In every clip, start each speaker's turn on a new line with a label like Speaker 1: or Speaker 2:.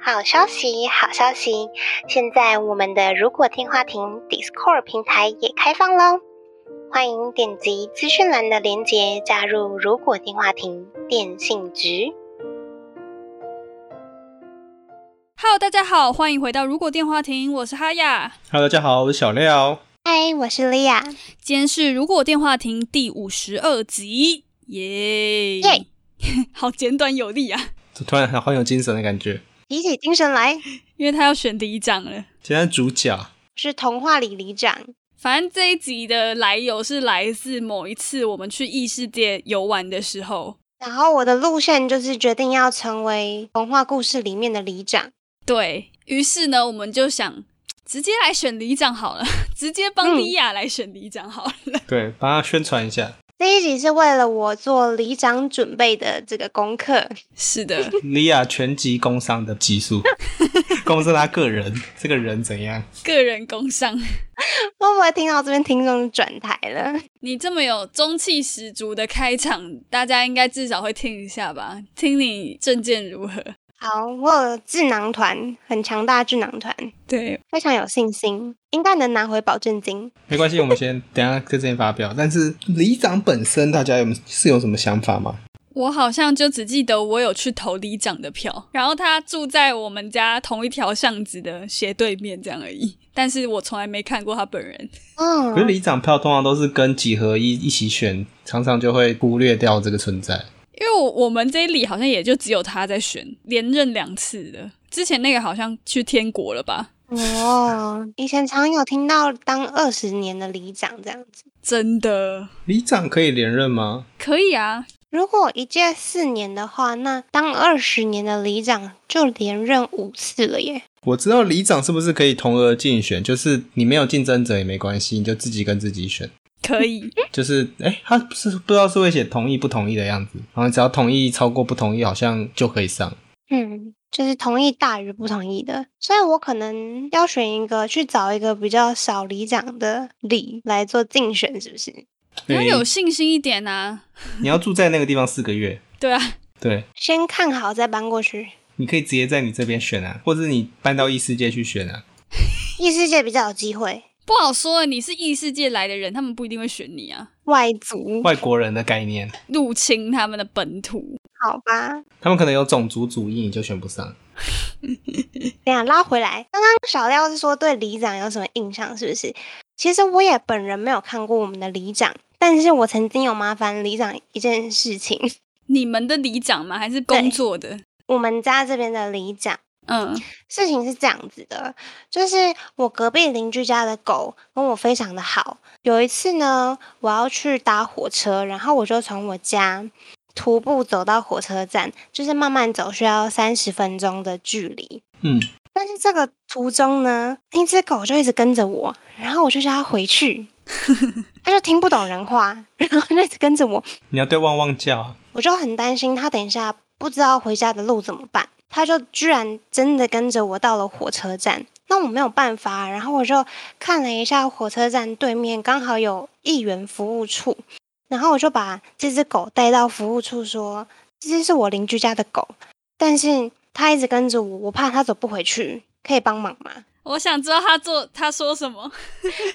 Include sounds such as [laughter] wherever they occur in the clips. Speaker 1: 好消息，好消息！现在我们的如果电话亭 Discord 平台也开放喽，欢迎点击资讯栏的链接加入如果电话亭电信局。
Speaker 2: Hello，大家好，欢迎回到《如果电话亭》，我是哈雅。
Speaker 3: Hello，大家好，我是小廖。
Speaker 1: 嗨，我是莉亚。
Speaker 2: 今天是《如果电话亭》第五十二集，耶
Speaker 1: 耶
Speaker 2: [laughs] 好简短有力啊，
Speaker 3: 突然好有精神的感觉。
Speaker 1: 提起精神来，
Speaker 2: 因为他要选第一章了。
Speaker 3: 今天主角
Speaker 1: 是童话里里长。
Speaker 2: 反正这一集的来由是来自某一次我们去异世界游玩的时候，
Speaker 1: 然后我的路线就是决定要成为童话故事里面的里长。
Speaker 2: 对于是呢，我们就想直接来选里长好了， [laughs] 直接帮莉亚来选里长好了。
Speaker 3: [laughs] 对，帮他宣传一下。
Speaker 1: 这一集是为了我做里长准备的这个功课，
Speaker 2: 是的，
Speaker 3: 莉亚全集工商的集 [laughs] 数，工商他个人，这个人怎样？
Speaker 2: 个人工伤。
Speaker 1: 会不会听到这边听众就转台了？
Speaker 2: 你这么有中气十足的开场，大家应该至少会听一下吧？听你证件如何？
Speaker 1: 好，我有智囊团，很强大的智囊团，
Speaker 2: 对，
Speaker 1: 非常有信心，应该能拿回保证金。
Speaker 3: 没关系，我们先等一下在这里发表。但是里长本身，大家有是有什么想法吗？
Speaker 2: 我好像就只记得我有去投里长的票，然后他住在我们家同一条巷子的斜对面这样而已。但是我从来没看过他本人。
Speaker 1: 哦
Speaker 3: 可，是里长票通常都是跟几合一一起选，常常就会忽略掉这个存在。
Speaker 2: 因为我我们这一里好像也就只有他在选，连任两次的。之前那个好像去天国了吧？
Speaker 1: 哦，以前常有听到当二十年的里长这样子。
Speaker 2: 真的
Speaker 3: 里长可以连任吗？
Speaker 2: 可以啊，
Speaker 1: 如果一届四年的话，那当二十年的里长就连任五次了耶。
Speaker 3: 我知道里长是不是可以同额竞选，就是你没有竞争者也没关系，你就自己跟自己选。
Speaker 2: 可以。
Speaker 3: 就是哎、诶他不是不知道是会写同意不同意的样子，然后只要同意超过不同意，好像就可以上。
Speaker 1: 嗯，就是同意大于不同意的，所以我可能要选一个去找一个比较少里长的里来做竞选，是不是？
Speaker 2: 你要有
Speaker 3: 诶
Speaker 2: 信心一点啊。
Speaker 3: 你要住在那个地方四个月，
Speaker 2: 对啊，
Speaker 3: 对，
Speaker 1: 先看好再搬过去，
Speaker 3: 你可以直接在你这边选啊，或者你搬到异世界去选啊。
Speaker 1: 异世界比较有机会。
Speaker 2: 不好说，你是异世界来的人，他们不一定会选你啊。
Speaker 1: 外族，
Speaker 3: 外国人的概念，
Speaker 2: 入侵他们的本土，
Speaker 1: 好吧，
Speaker 3: 他们可能有种族主义，你就选不上。
Speaker 1: 等一下拉回来。刚刚小廖是说对里长有什么印象，是不是？其实我也本人没有看过我们的里长，但是我曾经有麻烦里长一件事情，
Speaker 2: 你们的里长吗？还是工作的？
Speaker 1: 我们家这边的里长。
Speaker 2: 嗯，
Speaker 1: 事情是这样子的，就是我隔壁邻居家的狗跟我非常的好。有一次呢，我要去搭火车，然后我就从我家徒步走到火车站，就是慢慢走，需要三十分钟的距离。
Speaker 3: 嗯，
Speaker 1: 但是这个途中呢，那只狗就一直跟着我，然后我就叫它回去，它就听不懂人话，然后就一直跟着我，
Speaker 3: 你要对汪汪叫啊，
Speaker 1: 我就很担心他等一下不知道回家的路怎么办，他就居然真的跟着我到了火车站。那我没有办法，啊然后我就看了一下火车站对面刚好有议员服务处，然后我就把这只狗带到服务处说，这只是我邻居家的狗，但是它一直跟着我，我怕它走不回去，可以帮忙吗？
Speaker 2: 我想知道他做他说什么。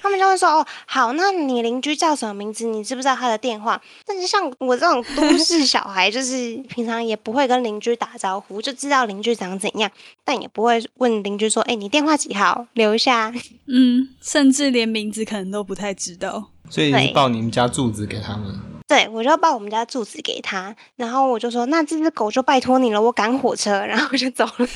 Speaker 1: 他们就会说哦，好，那你邻居叫什么名字？你知不知道他的电话？但是像我这种都市小孩，就是平常也不会跟邻居打招呼，就知道邻居长怎样，但也不会问邻居说，哎、你电话几号？留一下。
Speaker 2: 嗯，甚至连名字可能都不太知道。
Speaker 3: 所以你
Speaker 1: 对
Speaker 3: 是报你们家住址给他们。
Speaker 1: 对，我就把我们家住址给他，然后我就说，那这只狗就拜托你了，我赶火车，然后我就走了。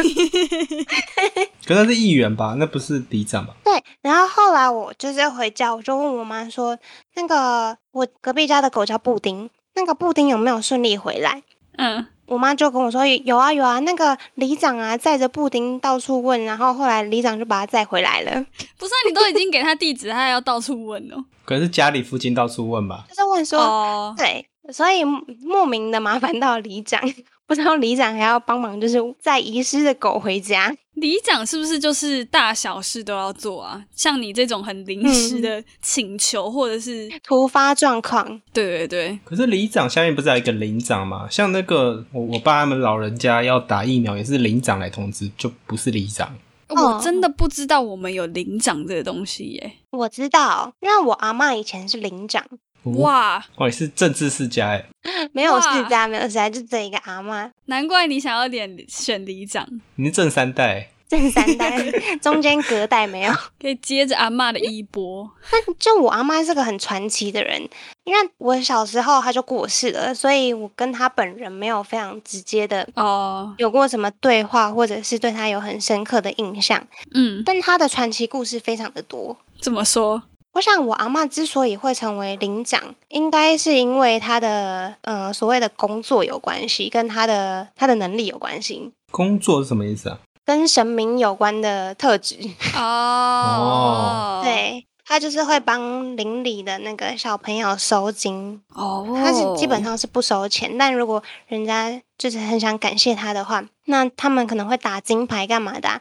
Speaker 3: 可是那是议员吧？那不是里长吧？
Speaker 1: 对，然后后来我就是回家，我就问我妈说，那个我隔壁家的狗叫布丁，那个布丁有没有顺利回来？
Speaker 2: 嗯，
Speaker 1: 我妈就跟我说有啊有啊，那个里长啊载着布丁到处问，然后后来里长就把他载回来了。
Speaker 2: 不是、啊、你都已经给他地址，他还要到处问 [laughs] 哦。
Speaker 3: 可能是家里附近到处问吧。
Speaker 1: 就是问说，
Speaker 2: 哦，
Speaker 1: 对，所以莫名的麻烦到里长，不知道里长还要帮忙，就是载遗失的狗回家。
Speaker 2: 里长是不是就是大小事都要做啊？像你这种很临时的请求，或者是
Speaker 1: 突发状况，
Speaker 2: 对对对，
Speaker 3: 可是里长下面不是还有一个邻长嘛？像那个我我爸他们老人家要打疫苗，也是邻长来通知，就不是里长。
Speaker 1: 哦
Speaker 2: 我真的不知道我们有领长这个东西耶。
Speaker 1: 我知道，因为我阿嬷以前是领长，
Speaker 2: 嗯
Speaker 3: 哦，
Speaker 2: 哇，
Speaker 3: 哇，你是政治世家哎，
Speaker 1: 没有
Speaker 2: 哇
Speaker 1: 世家，没有世家，就这一个阿嬷，
Speaker 2: 难怪你想要点选里长，
Speaker 3: 你是正三代欸。
Speaker 1: 正三
Speaker 2: [laughs]
Speaker 1: 代，中间隔代没有。
Speaker 2: 可以接着阿嬷的衣钵。
Speaker 1: 就我阿妈是个很传奇的人，因为我小时候她就过世了，所以我跟她本人没有非常直接的
Speaker 2: 哦，
Speaker 1: 有过什么对话，或者是对她有很深刻的印象。
Speaker 2: 嗯，
Speaker 1: 但她的传奇故事非常的多。
Speaker 2: 怎么说？
Speaker 1: 我想我阿妈之所以会成为领长，应该是因为她的呃所谓的工作有关系，跟她的她的能力有关系，
Speaker 3: 工作是什么意思啊？
Speaker 1: 跟神明有关的特质。 [laughs]
Speaker 2: 哦，，
Speaker 1: 对，她就是会帮邻里的那个小朋友收金，
Speaker 2: 哦，
Speaker 1: 他是基本上是不收钱，但如果人家就是很想感谢他的话，那他们可能会打金牌干嘛的啊、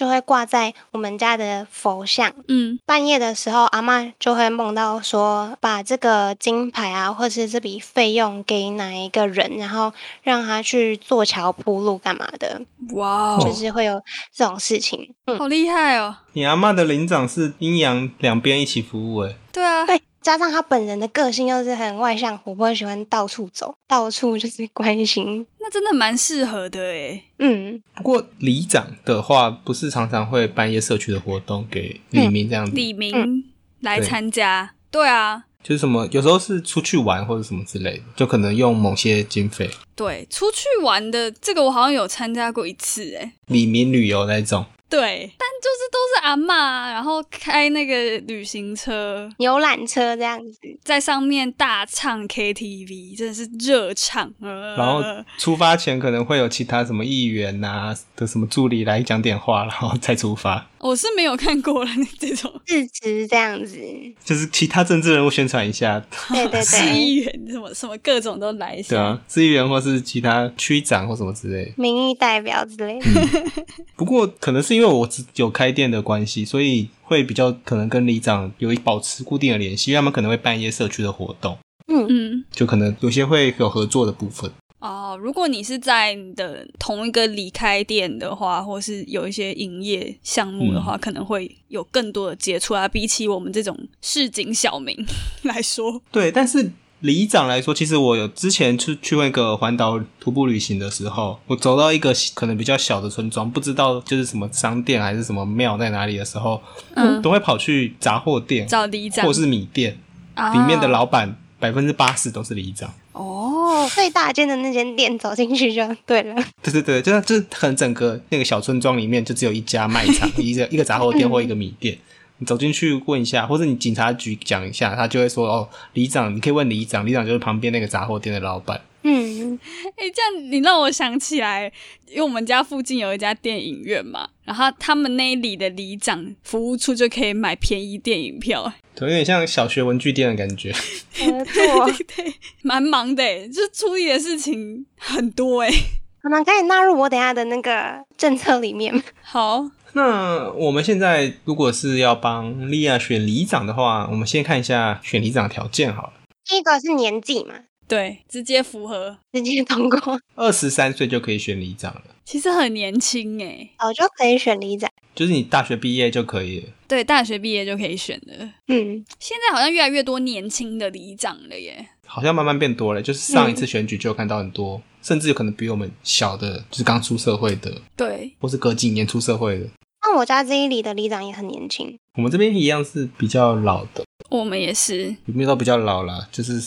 Speaker 1: 就会挂在我们家的佛像。
Speaker 2: 嗯，
Speaker 1: 半夜的时候，阿嬷就会梦到说，把这个金牌啊，或是这笔费用给哪一个人，然后让他去做桥铺路干嘛的，
Speaker 2: 哇
Speaker 1: 就
Speaker 2: 哦，
Speaker 1: 是会有这种事情。嗯，
Speaker 2: 好厉害哦。
Speaker 3: 你阿嬷的邻长是阴阳两边一起服务哎，
Speaker 2: 对啊，
Speaker 1: 对，加上他本人的个性又是很外向、活泼，喜欢到处走，到处就是关心。
Speaker 2: 那真的蛮适合的诶。
Speaker 1: 嗯，
Speaker 3: 不过里长的话，不是常常会办一些社区的活动给里民这样子，
Speaker 2: 李
Speaker 1: 嗯
Speaker 2: 明来参加，对啊，
Speaker 3: 就是什么有时候是出去玩或者什么之类的，就可能用某些经费，
Speaker 2: 对，出去玩的这个我好像有参加过一次诶。
Speaker 3: 里民旅游那种。
Speaker 2: 对，但就是都是阿嬷，啊然后开那个旅行车，
Speaker 1: 游览车这样子。
Speaker 2: 在上面大唱 KTV，真的是热唱。呃、
Speaker 3: 然后出发前可能会有其他什么议员呐、的什么助理来讲点话，然后再出发， [laughs]
Speaker 2: 我是没有看过了这种
Speaker 1: 日职这样
Speaker 2: [laughs]
Speaker 1: 子，
Speaker 3: 就是其他政治人物宣传一下，
Speaker 1: 对对
Speaker 2: 市
Speaker 1: 对，
Speaker 2: 议员什么什么各种都来一
Speaker 3: 对
Speaker 2: 下。
Speaker 3: 啊，市议员或是其他区长或什么之类的。
Speaker 1: 民意代表之类的。
Speaker 3: 不过可能是因为我只有开店的关系，所以会比较可能跟里长有一保持固定的联系，因为他们可能会办一些社区的活动，
Speaker 1: 嗯，
Speaker 2: 嗯，
Speaker 3: 就可能有些会有合作的部分。
Speaker 2: 哦，如果你是在你的同一个离开店的话，或是有一些营业项目的
Speaker 3: 嗯
Speaker 2: 话，可能会有更多的接触啊。比起我们这种市井小民 [laughs] 来说，
Speaker 3: 对，但是里长来说，其实我有之前去去那个环岛徒步旅行的时候，我走到一个可能比较小的村庄，不知道就是什么商店还是什么庙在哪里的时候，
Speaker 2: 嗯，
Speaker 3: 都会跑去杂货店
Speaker 2: 找里长哦
Speaker 3: 或是米店里面的老板，百分之八十都是里长。
Speaker 2: 啊哦，
Speaker 1: 最大间的那间店走进去就对了。
Speaker 3: 对对对，就是就是很整个那个小村庄里面就只有一家卖
Speaker 2: [laughs]
Speaker 3: 场，一个一个杂货店或一个米店。你走进去问一下，或者你警察局讲一下，他就会说哦，里长，你可以问里长，里长就是旁边那个杂货店的老板。
Speaker 1: 嗯，
Speaker 2: 哎，这样你让我想起来，因为我们家附近有一家电影院嘛，然后他们那里的里长服务处就可以买便宜电影票，
Speaker 3: 对，有点像小学文具店的感觉。 [laughs]
Speaker 1: 合
Speaker 2: [laughs]
Speaker 1: 作
Speaker 2: 蛮忙的诶，就处理的事情很多哎。
Speaker 1: 可能可以纳入我等一下的那个政策里面。
Speaker 2: [laughs] 好，
Speaker 3: 那我们现在如果是要帮莉亚选里长的话，我们先看一下选里长的条件好了。
Speaker 1: 第一个是年纪嘛，
Speaker 2: 对，直接符合，
Speaker 1: 直接通过，
Speaker 3: 二十三岁就可以选里长了，
Speaker 2: 其实很年轻哎。
Speaker 1: 早就可以选里长。
Speaker 3: 就是你大学毕业就可以了。
Speaker 2: 对，大学毕业就可以选的。
Speaker 1: 嗯，
Speaker 2: 现在好像越来越多年轻的里长了耶。
Speaker 3: 好像慢慢变多了，就是上一
Speaker 2: 嗯
Speaker 3: 次选举就有看到很多，甚至有可能比我们小的，就是刚出社会的，
Speaker 2: 对，
Speaker 3: 或是隔几年出社会的。
Speaker 1: 那我家这一里的里长也很年轻，
Speaker 3: 我们这边一样是比较老的，
Speaker 2: 我们也是
Speaker 3: 有没有到比较老啦？就是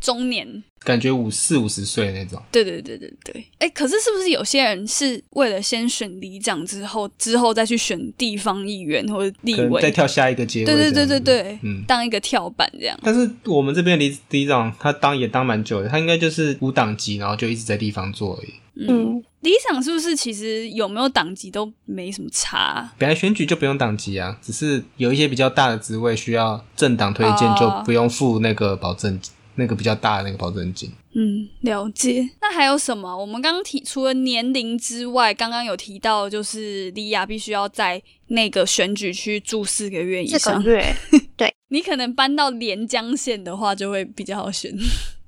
Speaker 2: 中年。
Speaker 3: 感觉五四五十岁那种，
Speaker 2: 对对对对对，哎，可是是不是有些人是为了先选里长之后，之后再去选地方议员或者立
Speaker 3: 可能
Speaker 2: 委？
Speaker 3: 再跳下一个阶位这
Speaker 2: 对
Speaker 3: 样
Speaker 2: 对对
Speaker 3: 子。
Speaker 2: 对对，
Speaker 3: 嗯。
Speaker 2: 当一个跳板这样。
Speaker 3: 但是我们这边里里长他当也当蛮久的，他应该就是无党籍，然后就一直在地方做而已。
Speaker 2: 嗯，
Speaker 1: 嗯，
Speaker 2: 理想是不是其实有没有党籍都没什么差？
Speaker 3: 本来选举就不用党籍啊，只是有一些比较大的职位需要政党推荐，
Speaker 2: 哦
Speaker 3: 就不用付那个保证金，那个比较大的那个保证金。
Speaker 2: 嗯，了解。那还有什么？我们刚刚提除了年龄之外，刚刚有提到就是莉亚必须要在那个选举区住四个月以
Speaker 1: 这个
Speaker 2: 上。
Speaker 1: 月，
Speaker 2: 你可能搬到连江县的话，就会比较好选。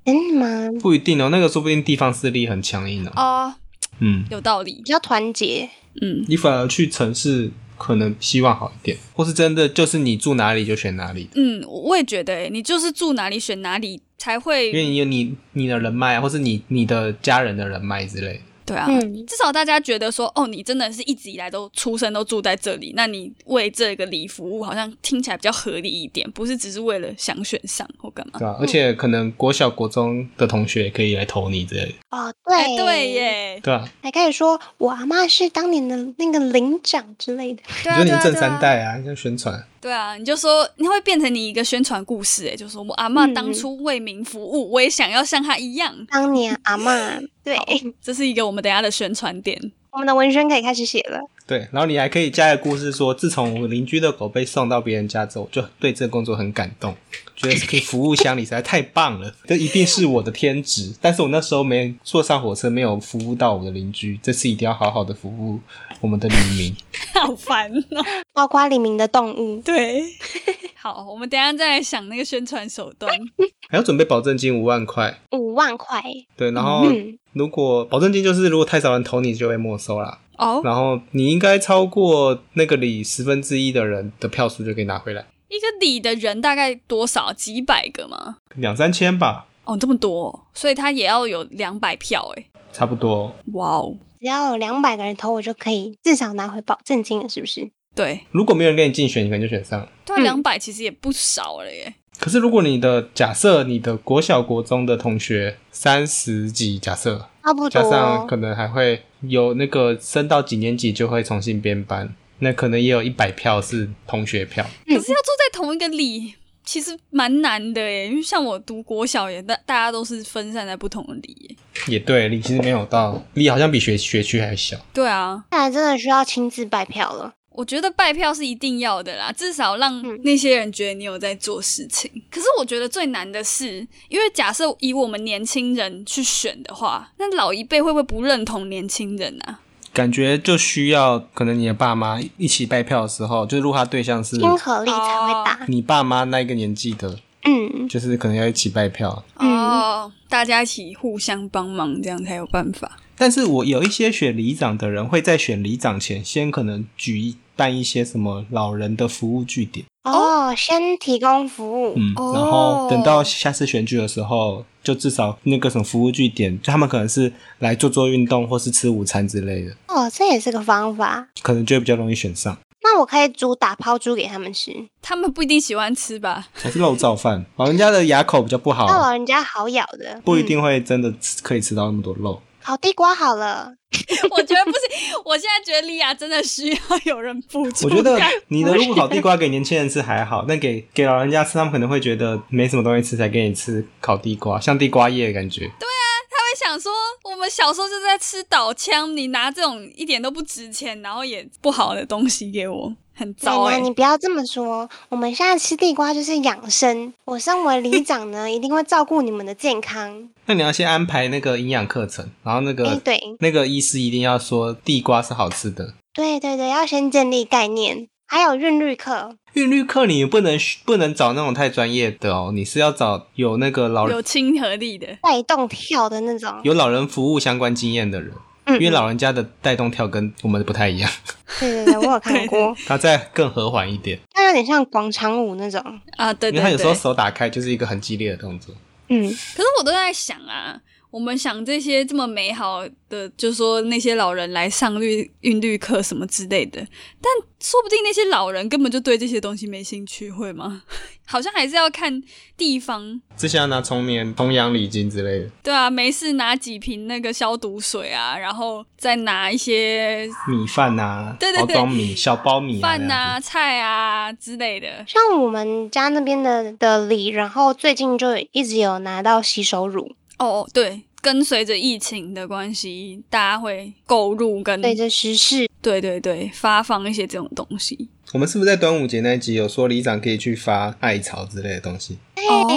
Speaker 1: 真的吗？
Speaker 3: 不一定哦，那个说不定地方势力很强硬哦。
Speaker 2: 哦，
Speaker 3: 嗯，
Speaker 2: 有道理
Speaker 1: 比。较团结，
Speaker 2: 嗯，
Speaker 3: 你反而去城市可能希望好一点，或是真的就是你住哪里就选哪里，
Speaker 2: 嗯，我我也觉得、欸，你就是住哪里选哪里才
Speaker 3: 因
Speaker 2: 会
Speaker 3: 为你有你你的人脉啊，或是你你的家人的人脉之类的。
Speaker 2: 对啊。
Speaker 1: 嗯，
Speaker 2: 至少大家觉得说，哦，你真的是一直以来都出生都住在这里，那你为这个里服务，好像听起来比较合理一点，不是只是为了想选上或干嘛
Speaker 3: 对。吧、而且可能国小、国中的同学也可以来投你之类的，
Speaker 1: 哦，
Speaker 2: 哎，
Speaker 1: 对，
Speaker 2: 对，耶，
Speaker 3: 对吧、
Speaker 1: 还可以说我阿妈是当年的那个领长之类的，
Speaker 2: 对啊，对
Speaker 3: 你说你
Speaker 2: 啊，
Speaker 3: 是正
Speaker 2: 对
Speaker 3: 三
Speaker 2: 啊
Speaker 3: 代啊，要宣传，
Speaker 2: 对啊，你就说你会变成你一个宣传故事，哎，就说我阿嬷
Speaker 1: 嗯
Speaker 2: 当初为民服务，我也想要像她一样，
Speaker 1: 当 [laughs] 年阿妈，对，
Speaker 2: 这是一个我们等一下的宣传点。
Speaker 1: [laughs] 我们的文宣可以开始写了，
Speaker 3: 对。然后你还可以加一个故事说，自从我邻居的狗被送到别人家之后，我就对这个工作很感动，觉得可以服务乡里实在太棒了， [laughs] 这一定是我的天职。但是我那时候没坐上火车，没有服务到我的邻居，这次一定要好好的服务我们的黎明。
Speaker 2: [laughs] 好烦哦。
Speaker 1: 包括李明的动物，
Speaker 2: 对，好，我们等一下再来想那个宣传手 [laughs] 段。
Speaker 3: 还要准备保证金五万块，
Speaker 1: 五万块，
Speaker 3: 对。然后
Speaker 1: 嗯，
Speaker 3: 如果保证金就是如果太少人投你就会没收啦，
Speaker 2: 哦，
Speaker 3: 然后你应该超过那个里十分之一的人的票数就可以拿回来，
Speaker 2: 一个里的人大概多少？几百个吗？
Speaker 3: 两三千吧，
Speaker 2: 哦，这么多哦、所以他也要有两百票哎，
Speaker 3: 差不多。
Speaker 2: 哇哦，
Speaker 1: 只要有两百个人投，我就可以至少拿回保证金了，是不是？
Speaker 2: 对，
Speaker 3: 如果没有人跟你竞选，你可能就选上了。
Speaker 2: 对、啊，两百其实也不少了耶。
Speaker 3: 可是如果你的假设你的国小国中的同学三十几，假设
Speaker 1: 差不
Speaker 3: 加上
Speaker 1: 多
Speaker 3: 可，能还会有那个升到几年级就会重新编班，那可能也有一百票是同学票。
Speaker 1: 嗯
Speaker 2: 可是要住在同一个里，其实蛮难的耶，因为像我读国小也大大家都是分散在不同的里耶。
Speaker 3: 也对，你其实没有到，你好像比学学区还小。
Speaker 2: 对啊，
Speaker 1: 看来真的需要亲自拜票了。
Speaker 2: 我觉得拜票是一定要的啦，至少让
Speaker 1: 嗯
Speaker 2: 那些人觉得你有在做事情。可是我觉得最难的是，因为假设以我们年轻人去选的话，那老一辈会不会不认同年轻人啊？
Speaker 3: 感觉就需要可能你的爸妈一起拜票的时候，就是如果他对象是
Speaker 1: 亲和力才会大。
Speaker 3: 你爸妈那个年纪的，
Speaker 1: 嗯，
Speaker 3: 就是可能要一起拜票。
Speaker 1: 嗯
Speaker 2: 哦，大家一起互相帮忙，这样才有办法。
Speaker 3: 但是我有一些选里长的人会在选里长前，先可能举一办一些什么老人的服务据点，
Speaker 1: 哦，先提供服务，
Speaker 3: 嗯，
Speaker 2: 哦
Speaker 3: 然后等到下次选举的时候，就至少那个什么服务据点，就他们可能是来做做运动或是吃午餐之类的，
Speaker 1: 哦，这也是个方法。
Speaker 3: 可能就会比较容易选上。
Speaker 1: 那我可以煮打抛猪给他们吃，
Speaker 3: 哦
Speaker 2: 他们不一定喜欢吃吧？ [laughs]
Speaker 3: 还是肉燥饭，老人家的牙口比较
Speaker 1: [laughs]
Speaker 3: 不好，
Speaker 1: 那老人家好咬的，
Speaker 3: 不一
Speaker 1: 嗯
Speaker 3: 定会真的吃可以吃到那么多肉。
Speaker 1: 烤地瓜好了，
Speaker 2: 我觉得不是， [laughs] 我现在觉得莉亚真的需要有人付出。
Speaker 3: 我觉得你的如果烤地瓜给年轻人吃还好，但给给老人家吃，他们可能会觉得没什么东西吃才给你吃烤地瓜，像地瓜叶的感觉。
Speaker 2: 他会想说，我们小时候就在吃岛枪，你拿这种一点都不值钱，然后也不好的东西给我，很
Speaker 1: 奶
Speaker 2: 糟哎、
Speaker 3: 欸
Speaker 1: 奶你不要这么说，哦我们现在吃地瓜就是养生。我身为里长呢，一定会照顾你们的健康。
Speaker 3: 那你要先安排那个营养课程，然后那个、
Speaker 1: 哎，对
Speaker 3: 那个医师一定要说地瓜是好吃的。
Speaker 1: 对对对，要先建立概念，还有韵律课，
Speaker 3: 韵律课你不能不能找那种太专业的哦，你是要找有那个老
Speaker 2: 有
Speaker 3: 人
Speaker 2: 亲和力的，
Speaker 1: 带动跳的那种。
Speaker 3: 有老人服务相关经验的人，
Speaker 1: 嗯，
Speaker 3: 因为
Speaker 1: 嗯
Speaker 3: 老人家的带动跳跟我们不太一样， [laughs]
Speaker 1: 对对对，我有看
Speaker 2: 对
Speaker 1: 过，
Speaker 3: 他再更和缓一点，
Speaker 1: 它有点像广场舞那种。
Speaker 2: 啊，对
Speaker 3: 因为
Speaker 2: 对
Speaker 3: 他有时候
Speaker 2: 对。
Speaker 3: 手打开就是一个很激烈的动作。
Speaker 1: 嗯，
Speaker 2: 可是我都在想啊，我们想这些这么美好的，就说那些老人来上绿韵律课什么之类的，但说不定那些老人根本就对这些东西没兴趣，会吗？ [laughs] 好像还是要看地方。
Speaker 3: 这些要拿童年童养礼金之类的
Speaker 2: 对啊，没事拿几瓶那个消毒水啊，然后再拿一些
Speaker 3: 米饭呐、
Speaker 2: 对对
Speaker 3: 包
Speaker 2: 对
Speaker 3: 装米、小包米啊
Speaker 2: 饭
Speaker 3: 那
Speaker 2: 啊、
Speaker 3: 样子
Speaker 2: 菜啊之类的。
Speaker 1: 像我们家那边的的梨，然后最近就一直有拿到洗手乳，
Speaker 2: 哦，对，跟随着疫情的关系，大家会购入跟
Speaker 1: 对着时事，
Speaker 2: 对对对发放一些这种东西。
Speaker 3: 我们是不是在端午节那一集有说里长可以去发艾草之类的东西？
Speaker 2: 哦
Speaker 1: 哎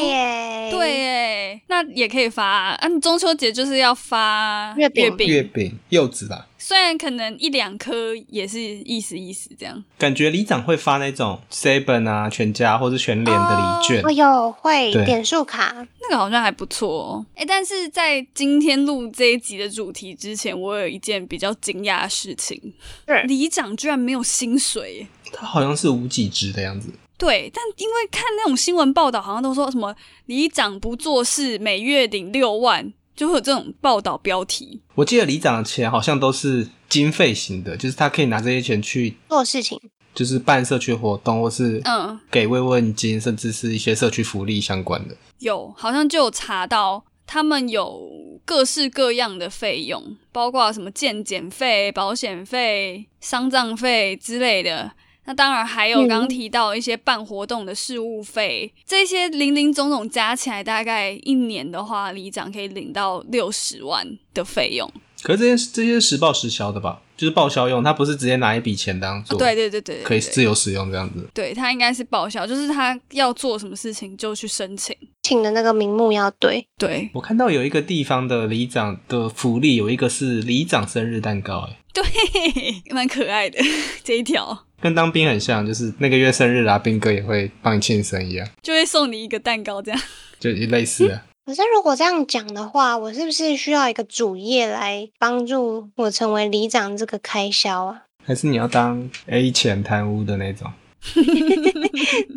Speaker 1: 耶，
Speaker 2: 对，耶，那也可以发、啊。嗯、中秋节就是要发
Speaker 1: 月饼
Speaker 3: 月饼、柚子吧，
Speaker 2: 虽然可能一两颗也是意思意思这样。
Speaker 3: 感觉里长会发那种 seven 啊、全家或是全联的
Speaker 2: 哦
Speaker 3: 礼券
Speaker 2: 哎
Speaker 1: 我有哎会
Speaker 3: 对
Speaker 1: 点数卡，
Speaker 2: 那个好像还不错哦。哎，但是在今天录这一集的主题之前，我有一件比较惊讶的事情，
Speaker 1: 是
Speaker 2: 里长居然没有薪水耶。
Speaker 3: 它好像是无几只的样子。
Speaker 2: 对，但因为看那种新闻报道，好像都说什么里长不做事，每月领六万，就会有这种报道标题。
Speaker 3: 我记得里长的钱好像都是经费型的，就是他可以拿这些钱去，
Speaker 1: 做事情，
Speaker 3: 就是办社区活动，或是
Speaker 2: 嗯，
Speaker 3: 给慰问金，甚至是一些社区福利相关的。
Speaker 2: 有，好像就有查到他们有各式各样的费用，包括什么健检费、保险费、丧葬费之类的。那当然还有
Speaker 1: 嗯
Speaker 2: 刚刚提到一些办活动的事务费，这些零零总总加起来，大概一年的话，里长可以领到六十万的费用。
Speaker 3: 可是这些这些是实报实销的吧，就是报销用，他不是直接拿一笔钱当做、
Speaker 2: 对对对对，对
Speaker 3: 可以
Speaker 2: 对
Speaker 3: 自由使用这样子。
Speaker 2: 对他应该是报销，就是他要做什么事情就去申请。
Speaker 1: 请的那个名目要对，
Speaker 2: 对 [laughs]
Speaker 3: 我看到有一个地方的里长的福利，有一个是里长生日蛋糕、欸，
Speaker 2: 对，蛮可爱的 [laughs] 这一条，
Speaker 3: 跟当兵很像，就是那个月生日啊，兵哥也会帮你庆生一样，
Speaker 2: 就会送你一个蛋糕这样。
Speaker 3: 就类似的。
Speaker 1: 可是如果这样讲的话，我是不是需要一个主业来帮助我成为里长这个开销啊？
Speaker 3: 还是你要当 A 钱贪污的那种？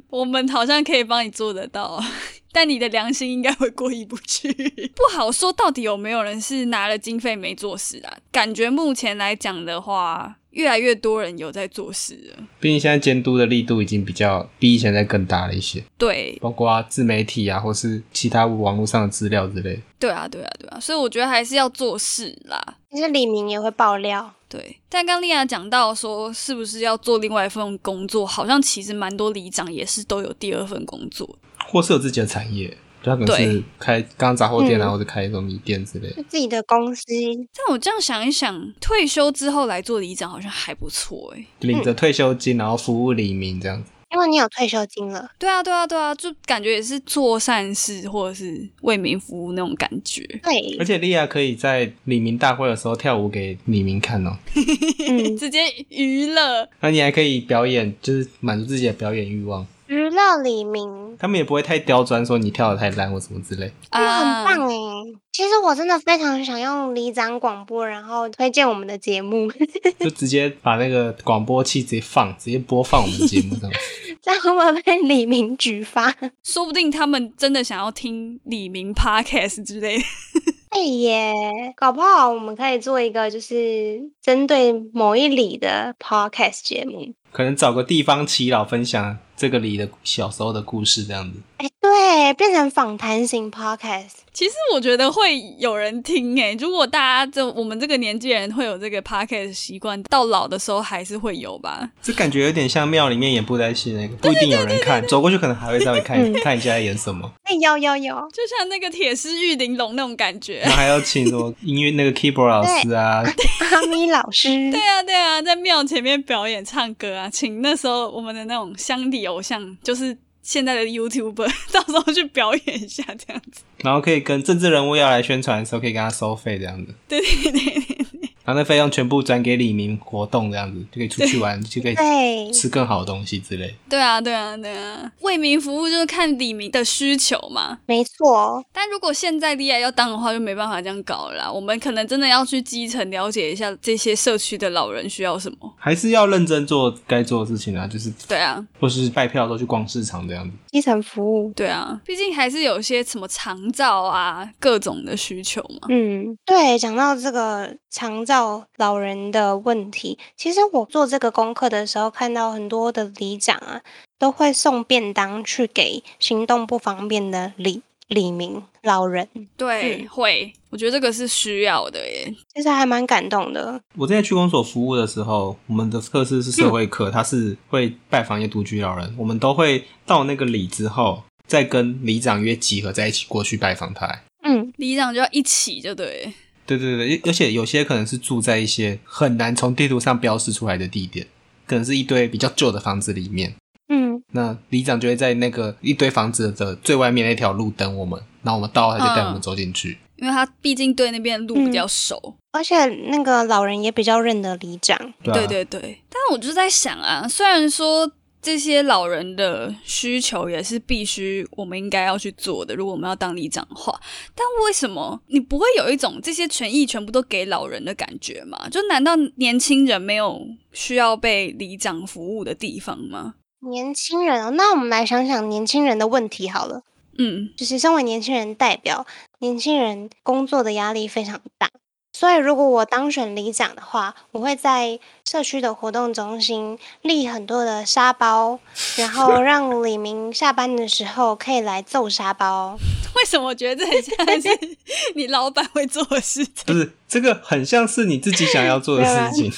Speaker 2: 我们好像可以帮你做得到， [laughs] 但你的良心应该会过意不去。 [laughs] 不好说到底有没有人是拿了经费没做事啊？感觉目前来讲的话，越来越多人有在做事了。
Speaker 3: 毕竟现在监督的力度已经比较比以前再更大了一些，
Speaker 2: 对，
Speaker 3: 包括自媒体啊，或是其他网络上的资料之类的。
Speaker 2: 对啊，对啊，对啊，所以我觉得还是要做事啦。
Speaker 1: 其实李明也会爆料，
Speaker 2: 对，但刚丽亚讲到说，是不是要做另外一份工作？好像其实蛮多里长也是都有第二份工作。
Speaker 3: 或是有自己的产业，就他可能是
Speaker 2: 对
Speaker 3: 开刚刚杂货店啊，
Speaker 1: 嗯
Speaker 3: 或者开什么米店之类的。
Speaker 1: 就自己的公司，
Speaker 2: 但我这样想一想，退休之后来做里长好像还不错欸诶。
Speaker 3: 领着退休金，然后服务黎明这样子。
Speaker 1: 因为你有退休金了，
Speaker 2: 对啊，对啊，对啊，就感觉也是做善事或者是为民服务那种感觉，
Speaker 1: 对
Speaker 3: 而，且莉亚可以在李明大会的时候跳舞给李明看哦， [laughs]
Speaker 1: 嗯，
Speaker 2: 直接娱乐。
Speaker 3: 那你还可以表演，就是满足自己的表演欲望。
Speaker 1: 娱乐李明。
Speaker 3: 他们也不会太刁钻，说你跳的太烂或什么之类。
Speaker 1: 真的很
Speaker 2: 啊
Speaker 1: 棒哎、其实我真的非常想用里长广播，然后推荐我们的节目， [laughs]
Speaker 3: 就直接把那个广播器直接放，直接播放我们的节目上。
Speaker 1: 这样会不会被李明举发？ [laughs]
Speaker 2: 说不定他们真的想要听李明 podcast 之类的。
Speaker 1: 哎耶，搞不好我们可以做一个就是针对某一里的 podcast 节目。
Speaker 3: 可能找个地方祈老分享这个里的小时候的故事，这样子。
Speaker 1: 哎，对，变成访谈型 podcast，
Speaker 2: [laughs] 其实我觉得会有人听诶、如果大家这我们这个年纪人会有这个 podcast 习惯，到老的时候还是会有吧。
Speaker 3: 这感觉有点像庙里面演布袋戏那个，不一定有人看，走过去可能还会稍微看一看一下在演什么。
Speaker 1: 哎，有有有，
Speaker 2: 就像那个铁丝玉玲珑那种感觉
Speaker 3: 然。后还要请什么音乐那个 keyboard 老师啊，
Speaker 1: 阿咪老师
Speaker 2: [laughs] 对，啊，对啊，在庙前面表演唱歌啊，请那时候我们的那种乡里偶像，就是现在的 YouTuber，到 [laughs] 时候去表演一下这样子。
Speaker 3: 然后可以跟政治人物要来宣传的时候可以跟他收费这样子。
Speaker 2: 对对对对， [laughs]
Speaker 3: 啊，然后那费用全部转给李明活动，这样子就可以出去玩，就可以
Speaker 1: 对，
Speaker 3: 吃更好的东西之类。
Speaker 2: 对啊，对啊，对啊，为民服务就是看李明的需求嘛。
Speaker 1: 没错，
Speaker 2: 但如果现在 DI 要当的话，就没办法这样搞了啦。我们可能真的要去基层了解一下这些社区的老人需要什么。
Speaker 3: 还是要认真做该做的事情啊，就是
Speaker 2: 对啊，
Speaker 3: 或是拜票的时候去逛市场这样子。
Speaker 1: 基层服务。
Speaker 2: 对啊，毕竟还是有些什么长照啊，各种的需求嘛。
Speaker 1: 嗯，对，讲到这个长照老人的问题，其实我做这个功课的时候，看到很多的里长啊，都会送便当去给行动不方便的李李明老人，
Speaker 2: 对，会，我觉得这个是需要的耶。
Speaker 1: 其实还蛮感动的。
Speaker 3: 我之前去公所服务的时候，我们的课室是社会课，他是会拜访一些独居老人，我们都会到那个里之后，再跟里长约集合在一起过去拜访他、
Speaker 1: 嗯，
Speaker 2: 里长就要一起，就对了。
Speaker 3: 对对对，而而且有些可能是住在一些很难从地图上标示出来的地点，可能是一堆比较旧的房子里面。
Speaker 1: 嗯，
Speaker 3: 那里长就会在那个一堆房子的最外面那条路等我们，然后我们到了他就带我们走进去。
Speaker 2: 因为他毕竟对那边的路比较熟。
Speaker 1: 而且那个老人也比较认得里长，
Speaker 3: 对啊
Speaker 2: 对对对，但我就在想啊，虽然说这些老人的需求也是必须我们应该要去做的，如果我们要当里长的话，但为什么你不会有一种这些权益全部都给老人的感觉吗？就难道年轻人没有需要被里长服务的地方吗？
Speaker 1: 年轻人、哦。那我们来想想年轻人的问题好了。
Speaker 2: 嗯， [laughs]
Speaker 1: 就是身为年轻人代表，年轻人工作的压力非常大，所以如果我当选里长的话，我会在社区的活动中心立很多的沙包，然后让李明下班的时候可以来揍沙包。
Speaker 2: 为什么我觉得这很像是你老板会做的事
Speaker 3: 不
Speaker 2: 情？
Speaker 3: 是这个很像是你自己想要做的事情，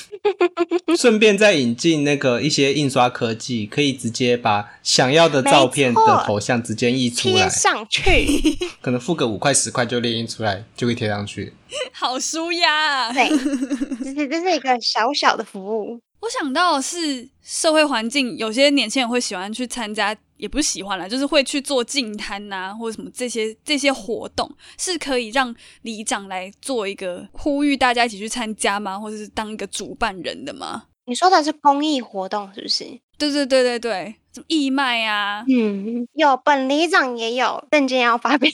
Speaker 3: 顺便再引进那个一些印刷科技，可以直接把想要的照片
Speaker 1: 没
Speaker 3: 的
Speaker 1: 错
Speaker 3: 头像直接印出
Speaker 1: 贴
Speaker 3: 来，
Speaker 1: 上去，
Speaker 3: 可能付个五块十块就列印出来，就会贴上去。
Speaker 2: 好舒压、啊。
Speaker 3: [laughs]
Speaker 1: 对，就是这是一个小小的服务，
Speaker 2: 我想到的是社会环境，有些年轻人会喜欢去参加，也不是喜欢啦，就是会去做净摊呐，或者什么这些这些活动，是可以让里长来做一个呼吁大家一起去参加吗？或者是当一个主办人的吗？
Speaker 1: 你说的是公益活动是不是？
Speaker 2: 对对对对对，什么义卖啊，
Speaker 1: 嗯，有本里长也有，证件要发表。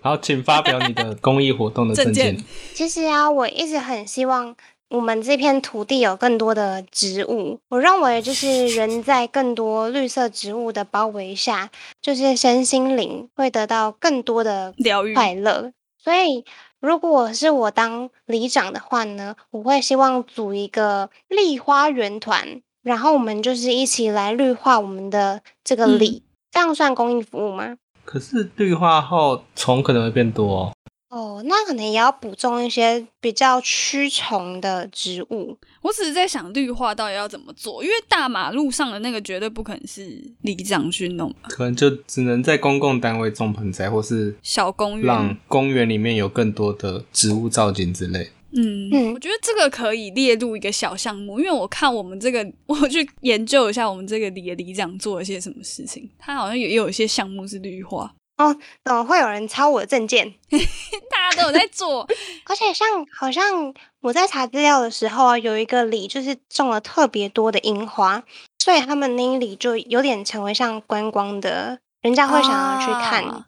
Speaker 3: 好，请发表你的公益活动的证件
Speaker 2: 证件。
Speaker 1: 其实啊，我一直很希望我们这片土地有更多的植物。我认为，就是人在更多绿色植物的包围下，就是身心灵会得到更多的
Speaker 2: 疗愈。
Speaker 1: 快乐。所以，如果是我当里长的话呢，我会希望组一个立花园团，然后我们就是一起来绿化我们的这个
Speaker 2: 嗯
Speaker 1: 里，这样算公益服务吗？
Speaker 3: 可是绿化后虫可能会变多、哦，
Speaker 1: 哦，那可能也要补种一些比较驱虫的植物，
Speaker 2: 我只是在想绿化到底要怎么做，因为大马路上的那个绝对不可能是里长去弄嘛，
Speaker 3: 可能就只能在公共单位种盆栽，或是
Speaker 2: 小公园
Speaker 3: 让。公园里面有更多的植物造景之类。
Speaker 2: 嗯，
Speaker 1: 嗯
Speaker 2: 我觉得这个可以列入一个小项目，因为我看我们这个， [laughs] 我去研究一下我们这个里的里长做了些什么事情，他好像也也有一些项目是绿化，
Speaker 1: 怎么呃会有人抄我的证件？
Speaker 2: 大家都有在做，
Speaker 1: 而且像好像我在查资料的时候啊，有一个里就是种了特别多的樱花，所以他们那一里就有点成为像观光的，人家会想要去看，
Speaker 2: 啊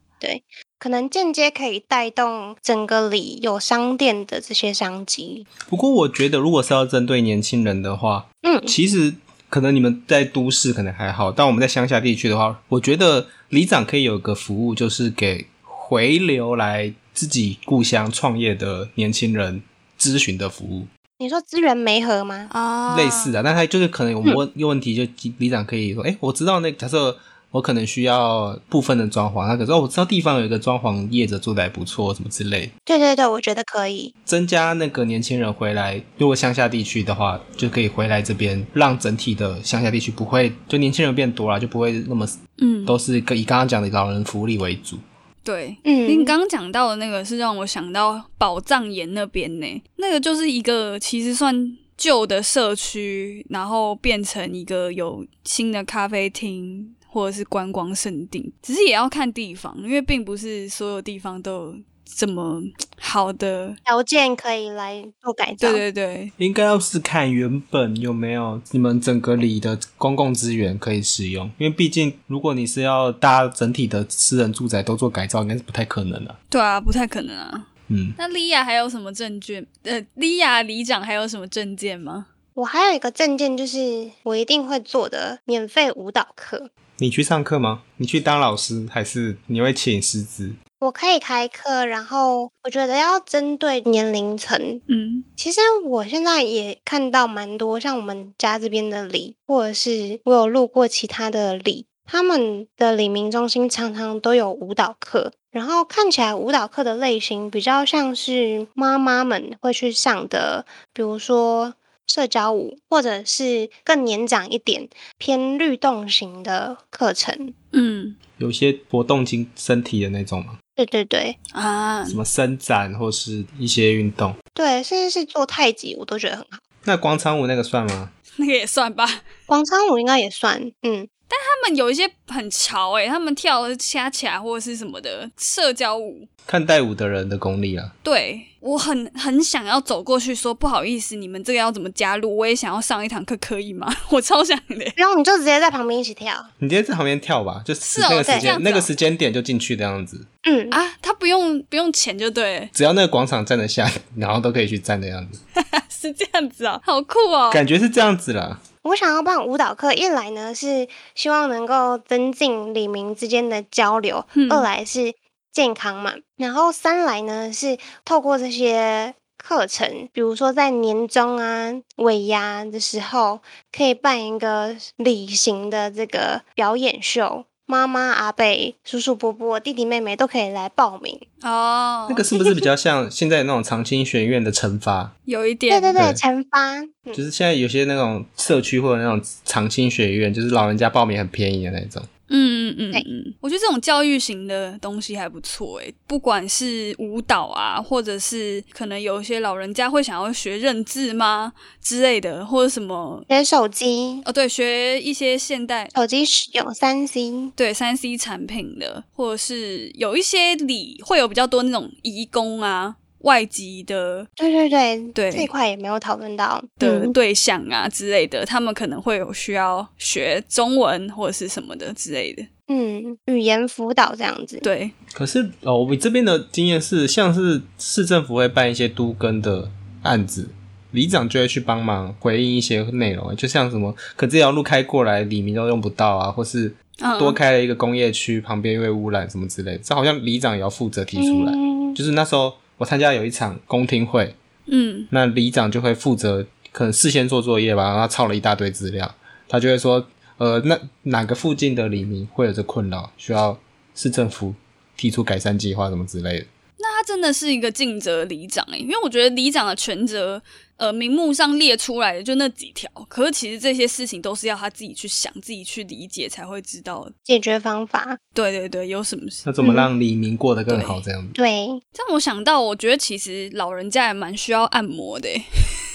Speaker 1: 可能间接可以带动整个里有商店的这些商机。
Speaker 3: 不过我觉得，如果是要针对年轻人的话，
Speaker 1: 嗯，
Speaker 3: 其实可能你们在都市可能还好，但我们在乡下地区的话，我觉得里长可以有个服务，就是给回流来自己故乡创业的年轻人咨询的服务，
Speaker 1: 你说资源没合吗？
Speaker 2: 啊
Speaker 3: 类似的。但他就是可能我们问一个问题，就里长可以说：“哎、我知道那假设。”我可能需要部分的装潢，他可说、哦、我知道地方有一个装潢业者做的还不错，什么之类的
Speaker 1: 对对对，我觉得可以。
Speaker 3: 增加那个年轻人回来，如果乡下地区的话，就可以回来这边，让整体的乡下地区不会就年轻人变多了，就不会那么
Speaker 2: 嗯，
Speaker 3: 都是跟以刚刚讲的老人福利为主。
Speaker 2: 对。您
Speaker 1: 嗯，
Speaker 2: 刚刚讲到的那个是让我想到宝藏岩那边呢，那个就是一个其实算旧的社区，然后变成一个有新的咖啡厅或者是观光胜地，只是也要看地方，因为并不是所有地方都有这么好的。
Speaker 1: 条件可以来做改造。
Speaker 2: 对对对，
Speaker 3: 应该要是看原本有没有你们整个里的公共资源可以使用，因为毕竟如果你是要大家整体的私人住宅都做改造，应该是不太可能的、
Speaker 2: 对啊，不太可能啊。
Speaker 3: 嗯，
Speaker 2: 那莉亚还有什么证券？呃，莉亚里长还有什么证件吗？
Speaker 1: 我还有一个证件，就是我一定会做的免费舞蹈课。
Speaker 3: 你去上课吗？你去当老师还是你会请师资？
Speaker 1: 我可以开课，然后我觉得要针对年龄层。
Speaker 2: 嗯，
Speaker 1: 其实我现在也看到蛮多，像我们家这边的里，或者是我有路过其他的里，他们的里民中心常常都有舞蹈课。然后看起来舞蹈课的类型比较像是妈妈们会去上的，比如说社交舞，或者是更年长一点偏律动型的课程。
Speaker 2: 嗯
Speaker 3: 有些活动经身体的那种吗？
Speaker 1: 对对对，
Speaker 2: 啊
Speaker 3: 什，么伸展或是一些运动？
Speaker 1: 对，甚至是做太极，我都觉得很好。
Speaker 3: 那广场舞那个算吗？
Speaker 2: [laughs] 那个也算吧。
Speaker 1: 广场舞应该也算，嗯，
Speaker 2: 他们有一些很潮欸诶、他们跳恰恰或者是什么的社交舞。
Speaker 3: 看带舞的人的功力啊，
Speaker 2: 对我很很想要走过去说不好意思，你们这个要怎么加入？我也想要上一堂课，可以吗？ [laughs] 我超想的。
Speaker 1: 然后你就直接在旁边一起跳，
Speaker 3: 你直接在旁边跳吧，就是
Speaker 2: 哦
Speaker 3: 那
Speaker 2: 对
Speaker 3: 个时
Speaker 2: 这样
Speaker 3: 间、
Speaker 2: 子哦
Speaker 3: 那个时间点就进去的样子，
Speaker 1: 嗯，
Speaker 2: 啊，他不用不用钱就对 [laughs] 了，
Speaker 3: 只要那个广场站得下， [laughs] 然后都可以去站的样子，
Speaker 2: 啊是这样子哦，好酷哦。
Speaker 3: 感觉是这样子啦。
Speaker 1: 我想要办舞蹈课，一来呢是希望能够增进李明之间的交流，
Speaker 2: 嗯
Speaker 1: 二来是健康嘛，然后三来呢是透过这些课程，比如说在年终啊、尾牙的时候，可以办一个礼型的这个表演秀。妈妈、阿贝、叔叔、伯伯、弟弟、妹妹都可以来报名。
Speaker 2: 哦，
Speaker 3: 那个是不是比较像现在那种长青学院的惩罚？
Speaker 2: 有一
Speaker 1: 对
Speaker 2: 点
Speaker 1: 对对，
Speaker 3: 对
Speaker 1: 惩罚。嗯
Speaker 3: 就是现在有些那种社区或者那种长青学院，就是老人家报名很便宜的那种。
Speaker 2: 嗯嗯嗯
Speaker 1: 对
Speaker 2: 嗯，我觉得这种教育型的东西还不错诶，不管是舞蹈啊，或者是可能有一些老人家会想要学认字吗之类的，或者什么
Speaker 1: 学手机，
Speaker 2: 哦，对，学一些现代
Speaker 1: 手机使用三 C，
Speaker 2: 对三 C 产品的，或者是有一些里会有比较多那种移工啊、外籍的
Speaker 1: 对对对
Speaker 2: 对
Speaker 1: 这一块也没有讨论到。
Speaker 2: 的
Speaker 1: 嗯
Speaker 2: 对象啊之类的，他们可能会有需要学中文或者是什么的之类的。
Speaker 1: 嗯，语言辅导这样子。
Speaker 2: 对，
Speaker 3: 可是哦，我这边的经验是，像是市政府会办一些都更的案子，里长就会去帮忙回应一些内容，就像什么，可这条路开过来，里民都用不到啊，或是
Speaker 2: 嗯，
Speaker 3: 多开了一个工业区，旁边因为污染什么之类的，这好像里长也要负责提出来。
Speaker 1: 嗯
Speaker 3: 就是那时候我参加有一场公听会，
Speaker 2: 嗯
Speaker 3: 那里长就会负责可能事先做作业吧，然后他抄了一大堆资料，他就会说，呃，那哪个附近的里民会有这困扰，需要市政府提出改善计划什么之类的。
Speaker 2: 那他真的是一个尽责里长欸诶、因为我觉得里长的权责，呃，名目上列出来的就那几条，可是其实这些事情都是要他自己去想、自己去理解才会知道的。
Speaker 1: 解决方法。
Speaker 2: 对对对，有什么事？
Speaker 3: 那怎么让黎明过得更好？
Speaker 2: 对
Speaker 3: 这样子，
Speaker 1: 对，
Speaker 2: 让我想到，我觉得其实老人家也蛮需要按摩的欸， [laughs]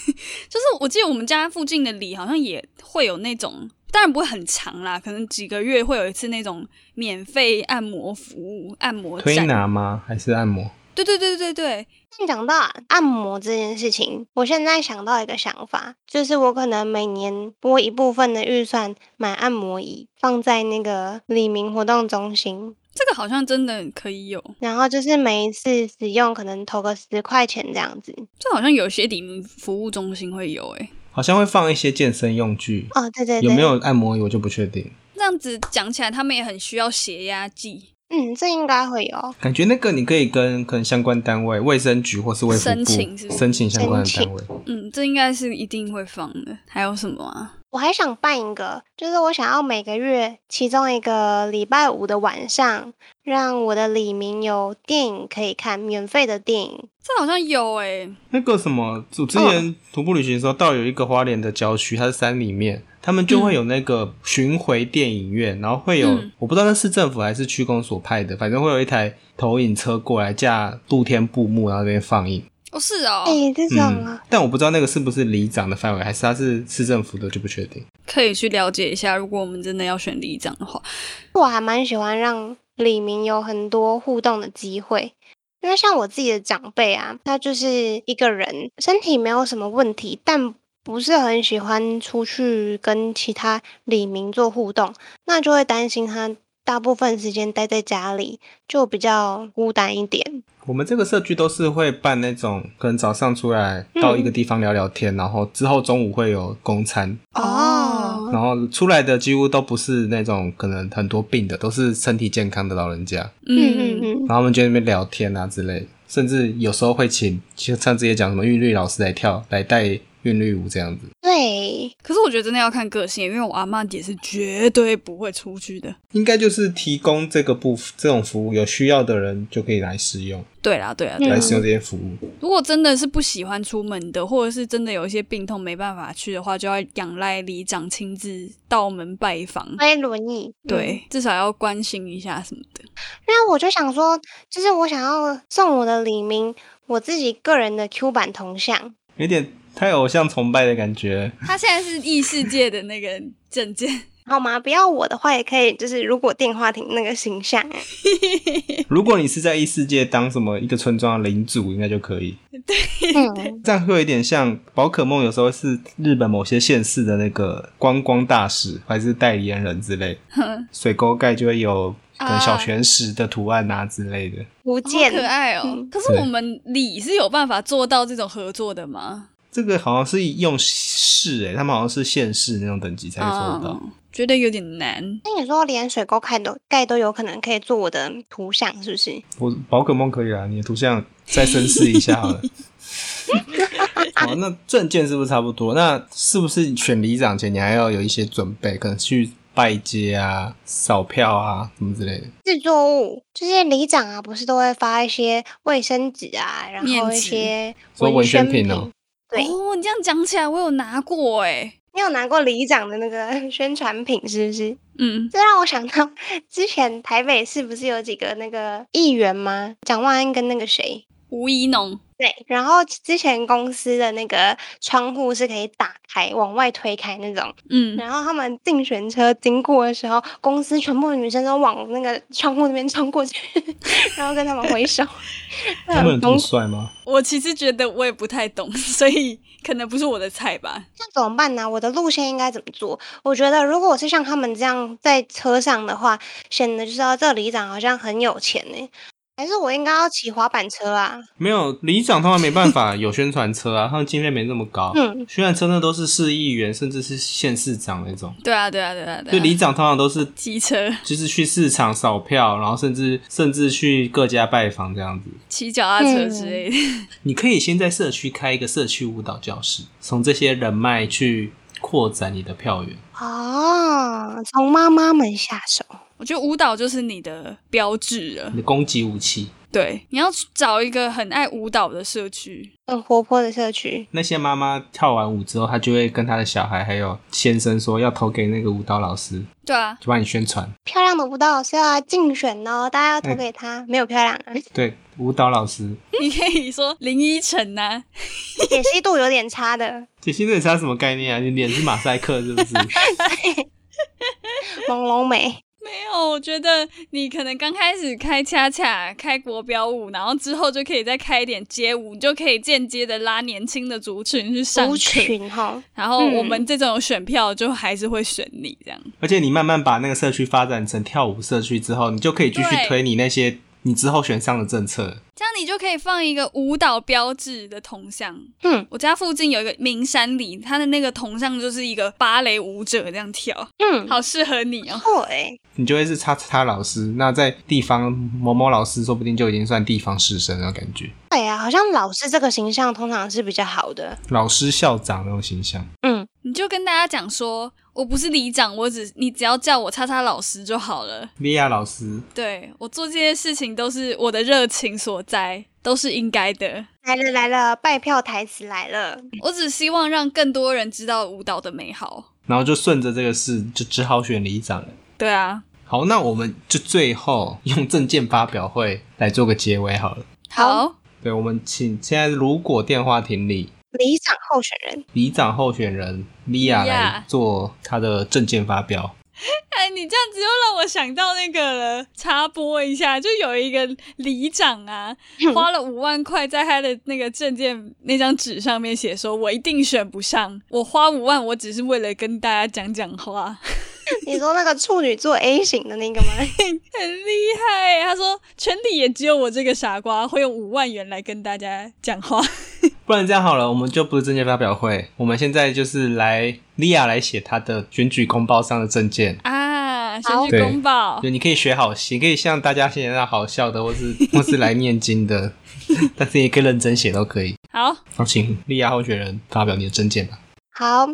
Speaker 2: 就是我记得我们家附近的里好像也会有那种，当然不会很长啦，可能几个月会有一次那种免费按摩服务、按摩
Speaker 3: 推
Speaker 2: 站。
Speaker 3: 拿吗？还是按摩？
Speaker 2: 对对对对对，
Speaker 1: 但讲到按摩这件事情，我现在想到一个想法，就是我可能每年拨一部分的预算买按摩椅，放在那个李明活动中心，
Speaker 2: 这个好像真的可以有，
Speaker 1: 然后就是每一次使用可能投个十块钱这样子。
Speaker 2: 这好像有些里民服务中心会有诶、欸
Speaker 3: 好像会放一些健身用具，
Speaker 1: 哦，对对对，
Speaker 3: 有没？有按摩椅我就不确定。
Speaker 2: 这样子讲起来，他们也很需要血压计、
Speaker 1: 嗯，这应该会有。
Speaker 3: 感觉那个你可以跟可能相关单位、卫生局或是卫福
Speaker 2: 申
Speaker 3: 部
Speaker 2: 请是不是
Speaker 3: 申请相关的单位。
Speaker 2: 嗯，这应该是一定会放的。还有什么啊？
Speaker 1: 我还想办一个，就是我想要每个月其中一个礼拜五的晚上，让我的李明有电影可以看，免费的电影。
Speaker 2: 这好像有欸诶、
Speaker 3: 那个什么，我之前
Speaker 1: 嗯
Speaker 3: 徒步旅行的时候，到有一个花莲的郊区，它是山里面，他们就会有那个巡回电影院，然后会有、
Speaker 2: 嗯
Speaker 3: 我不知道那市政府还是区公所派的，反正会有一台投影车过来架露天布幕，然后这边放映。
Speaker 2: 哦是哦，
Speaker 1: 哎、这种
Speaker 3: 嗯
Speaker 1: 啊，，
Speaker 3: 但我不知道那个是不是里长的范围，还是它是市政府的，就不确定。
Speaker 2: 可以去了解一下。如果我们真的要选里长的话，
Speaker 1: 我还蛮喜欢让李明有很多互动的机会。因为像我自己的长辈啊，他就是一个人，身体没有什么问题，但不是很喜欢出去跟其他里民做互动，那就会担心他大部分时间待在家里，就比较孤单一点。
Speaker 3: 我们这个社区都是会办那种，可能早上出来
Speaker 1: 嗯
Speaker 3: 到一个地方聊聊天，然后之后中午会有公餐，
Speaker 2: 哦
Speaker 3: 然后出来的几乎都不是那种可能很多病的，都是身体健康的老人家，
Speaker 1: 嗯嗯
Speaker 2: 嗯，
Speaker 1: 嗯，
Speaker 3: 然后他们就在那边聊天啊之类的，甚至有时候会请，就上次也讲什么韵律老师来跳，来带韵律舞这样子。
Speaker 1: 对，
Speaker 2: 可是我觉得真的要看个性，因为我阿妈也是绝对不会出去的。
Speaker 3: 应该就是提供这个部这种服务，有需要的人就可以来使用，
Speaker 2: 对啦，对啦，对啦
Speaker 3: 来使用这些服务。
Speaker 2: 如果真的是不喜欢出门的，或者是真的有一些病痛没办法去的话，就要仰赖里长亲自到门拜访。
Speaker 1: 推轮椅，嗯
Speaker 2: 对，至少要关心一下什么的。
Speaker 1: 那我就想说，就是我想要送我的李明，我自己个人的 Q 版铜像。
Speaker 3: 有点太偶像崇拜的感觉。
Speaker 2: [laughs] 他现在是异世界的那个证件，
Speaker 1: 好吗？不要我的话也可以，就是如果电话亭那个形
Speaker 2: [laughs]
Speaker 1: 象，
Speaker 3: 如果你是在异世界当什么一个村庄的领主，应该就可以。
Speaker 1: 嗯，
Speaker 3: 这样会有一点像宝可梦，有时候是日本某些县市的那个观光大使，还是代言人之类。水沟盖就会有可能小泉石的图案啊之类的。
Speaker 1: 不
Speaker 2: 好
Speaker 1: 见，
Speaker 2: 可爱哦。可是我们里是有办法做到这种合作的吗？
Speaker 3: 这个好像是用市欸诶、他们好像是县市那种等级才会做得到。
Speaker 2: 嗯觉得有点难。
Speaker 1: 那你说连水沟盖都盖都有可能可以做我的图像，是不是？
Speaker 3: 我宝可梦可以啊啦，你的图像再深思一下好了。 [laughs] 好，那证件是不是差不多？那是不是选里长前你还要有一些准备，可能去拜街啊、扫票啊什么之类的？
Speaker 1: 制作物就是里长啊，不是都会发一些卫生纸啊，然
Speaker 2: 面
Speaker 1: 后一
Speaker 2: 纸
Speaker 1: 些
Speaker 3: 说文宣
Speaker 1: 宣
Speaker 3: 品
Speaker 1: 品
Speaker 3: 哦。
Speaker 1: 对，
Speaker 2: 哦，你这样讲起来，我有拿过哎。
Speaker 1: 你有拿过里长的那个 [laughs] 宣传品是不是？
Speaker 2: 嗯，
Speaker 1: 这让我想到之前台北市不是有几个那个议员吗？蒋万安跟那个谁，
Speaker 2: 吴怡农，
Speaker 1: 对，然后之前公司的那个窗户是可以打开、往外推开那种，
Speaker 2: 嗯，
Speaker 1: 然后他们竞选车经过的时候，公司全部的女生都往那个窗户那边冲过去， [laughs] 然后跟他们挥手。 [laughs]
Speaker 3: 他们有这么
Speaker 1: 公
Speaker 3: 帅吗？
Speaker 2: 我其实觉得我也不太懂， [laughs] 所以可能不是我的菜吧。
Speaker 1: 那怎么办呢、我的路线应该怎么做？我觉得如果我是像他们这样在车上的话，显得就是要这里长好像很有钱呢、还是我应该要骑滑板车啊？
Speaker 3: 没有，里长他们没办法有宣传车啊，他们经费没那么
Speaker 2: 哦
Speaker 3: 高。
Speaker 1: 嗯，
Speaker 3: 宣传车那都是市议员甚至是县市长那种，
Speaker 2: 对啊，对啊，对啊，对
Speaker 3: 所以
Speaker 2: 啊。
Speaker 3: 里长通常都是
Speaker 2: 机车、
Speaker 3: 就是去市场扫票，然后甚至甚至去各家拜访这样子。
Speaker 2: 骑脚踏车之类的。
Speaker 3: 你可以先在社区开一个社区舞蹈教室，从这些人脉去扩展你的票源。
Speaker 1: 哦，从妈妈们下手。
Speaker 2: 我觉得舞蹈就是你的标志了
Speaker 3: 你。的攻击武器，
Speaker 2: 对，你要去找一个很爱舞蹈的社区。
Speaker 1: 很活泼的社区，
Speaker 3: 那些妈妈跳完舞之后，她就会跟她的小孩还有先生说要投给那个舞蹈老师，
Speaker 2: 对啊，
Speaker 3: 就帮你宣传。
Speaker 1: 漂亮的舞蹈老师要来竞选哦，大家要
Speaker 2: 哎
Speaker 1: 投
Speaker 3: 嗯
Speaker 1: 给他。没有漂亮啊，
Speaker 3: 对，舞蹈老师，
Speaker 2: [laughs] 你可以说林依晨啊呐、
Speaker 1: 解析度有点差的，
Speaker 3: 解析这差什么概念啊？你脸是马赛克是不是？
Speaker 1: 朦胧美。
Speaker 2: 没有，哦我觉得你可能刚开始开恰恰、开国标舞，然后之后就可以再开一点街舞，你就可以间接的拉年轻的族群去 [laughs] 上
Speaker 1: 族
Speaker 2: 课。
Speaker 1: 群哈，
Speaker 2: 然后我
Speaker 1: 嗯
Speaker 2: 们这种有选票就还是会选你这样。
Speaker 3: 而且你慢慢把那个社区发展成跳舞社区之后，你就可以继续
Speaker 2: 对
Speaker 3: 推你那些你之后选上的政策。
Speaker 2: 这样你就可以放一个舞蹈标志的铜像。
Speaker 1: 嗯
Speaker 2: 我家附近有一个名山里，它的那个铜像就是一个芭蕾舞者这样跳，
Speaker 1: 嗯，
Speaker 2: 好适合你哦。
Speaker 1: 对，
Speaker 3: 你就会是叉叉叉老师，那在地方某某老师，说不定就已经算地方士绅那种感觉，
Speaker 1: 对啊，好像老师这个形象通常是比较好的，
Speaker 3: 老师校长那种形象。
Speaker 1: 嗯，
Speaker 2: 你就跟大家讲说，我不是里长，我只你只要叫我叉叉老师就好了。
Speaker 3: 莉亚老师，
Speaker 2: 对我做这些事情都是我的热情所在，都是应该的。
Speaker 1: 来了来了，拜票台词来了，
Speaker 2: 我只希望让更多人知道舞蹈的美好。
Speaker 3: 然后就顺着这个事，就只好选里长了。
Speaker 2: 对啊，
Speaker 3: 好，那我们就最后用证件发表会来做个结尾好了。
Speaker 1: 好
Speaker 2: 好
Speaker 3: 对，我们请现在如果电话亭里
Speaker 1: 里长候选人，
Speaker 3: 里长候选人莉亚
Speaker 2: Lia
Speaker 3: 来做她的证件发表。
Speaker 2: 哎，你这样子又让我想到那个了。插播一下，就有一个里长啊，花了五万块在他的那个证件那张纸上面写说：“我一定选不上，我花五万，我只是为了跟大家讲讲话。” [laughs]
Speaker 1: 你说那个处女座 A 型的那个吗？ [laughs]
Speaker 2: 很厉害。欸他说，全体也只有我这个傻瓜会用五万元来跟大家讲话。
Speaker 3: 不然这样好了，我们就不是证件发表会，我们现在就是来莉亚来写她的选举公报上的证件。
Speaker 2: 啊，选
Speaker 1: 好
Speaker 2: 举公报，
Speaker 3: 对，你可以学好写，可以像大家现在那好笑的，或是 [laughs] 或是来念经的， [laughs] 但是也可以认真写都可以。
Speaker 2: 好，
Speaker 3: 好，请莉亚候选人发表你的证件吧。
Speaker 1: 好，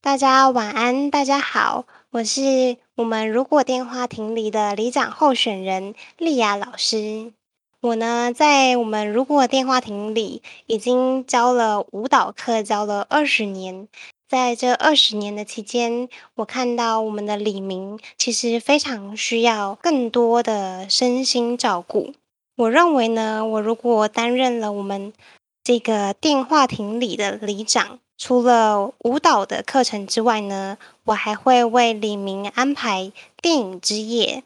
Speaker 1: 大家晚安，大家好，我是我们如果电话亭里的里长候选人丽雅老师。我呢，在我们如果电话亭里已经教了舞蹈课，教了二十年。在这二十年的期间，我看到我们的李明其实非常需要更多的身心照顾。我认为呢，我如果担任了我们这个电话亭里的里长，除了舞蹈的课程之外呢，我还会为李明安排电影之夜，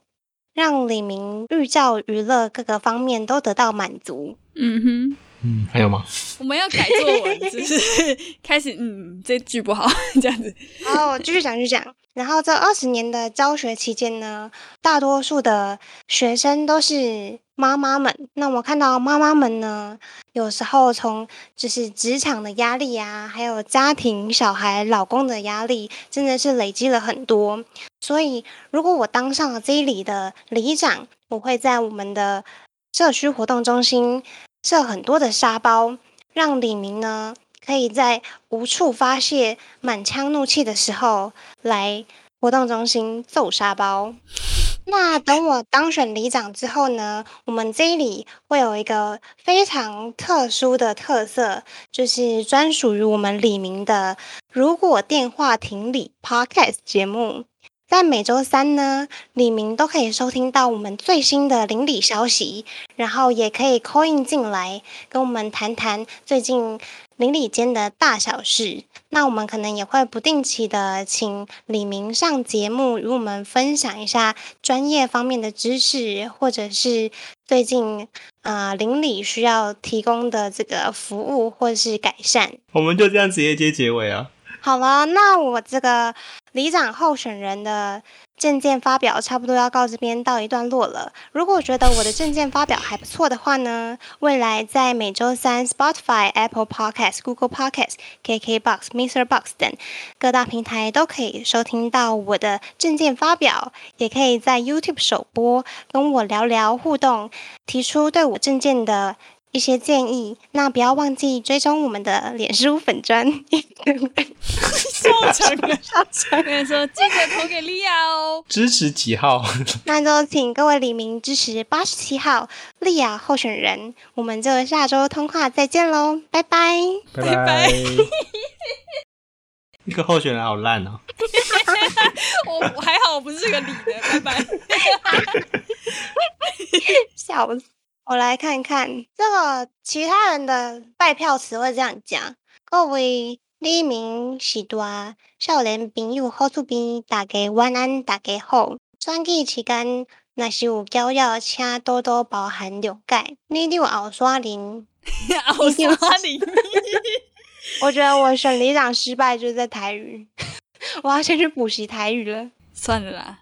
Speaker 1: 让李明寓教于乐各个方面都得到满足。
Speaker 2: 嗯
Speaker 3: 嗯，还有吗？
Speaker 2: 哼，我们要改作文，只是开始，嗯，这句不好， [laughs] 这样子。
Speaker 1: 然后继续讲，继续讲。然后这二十年的教学期间呢，大多数的学生都是妈妈们。那我看到妈妈们呢，有时候从就是职场的压力啊，还有家庭、小孩、老公的压力，真的是累积了很多。所以，如果我当上了这里的里长，我会在我们的社区活动中心设很多的沙包，让李明呢可以在无处发泄满腔怒气的时候，来活动中心揍沙包。那等我当选里长之后呢，我们这里会有一个非常特殊的特色，就是专属于我们李明的“如果电话亭里 ”Podcast 节目。在每周三呢，李明都可以收听到我们最新的邻里消息，然后也可以 call in 进来，跟我们谈谈最近邻里间的大小事。那我们可能也会不定期的请李明上节目，与我们分享一下专业方面的知识，或者是最近啊邻里需要提供的这个服务或是改善。
Speaker 3: 我们就这样直接接结尾啊。
Speaker 1: 好了，那我这个里长候选人的证件发表差不多要告这边到一段落了。如果觉得我的证件发表还不错的话呢，未来在每周三 Spotify、Apple Podcast、Google Podcast、KKBox、Mr. Box 等各大平台都可以收听到我的证件发表，也可以在 YouTube 首播跟我聊聊互动，提出对我证件的。一些建议，那不要忘记追踪我们的脸书粉砖。
Speaker 2: 笑成了，我跟你说，记得投给莉亚哦。 [laughs]
Speaker 3: 支持几号？
Speaker 1: 那就请各位李明支持八十七号莉亚候选人，我们就下周通话再见喽，拜拜。
Speaker 3: 拜
Speaker 2: 拜
Speaker 3: [laughs]
Speaker 2: 拜。
Speaker 3: 那个候选人好烂哦、
Speaker 2: 我我还好，我不是这个理的，拜 [laughs] 拜。
Speaker 1: 笑死！我来看看这个其他人的拜票词会这样讲：各位李明是大少年朋友好厝边，大家晚安，大家好。选举期间若是有交扰，请多多包涵谅解。你有后山人，
Speaker 2: 我刷你，
Speaker 1: 我觉得 [laughs] 我选里长失败就是在台语，我要先去补习台语了。
Speaker 2: 算了啦，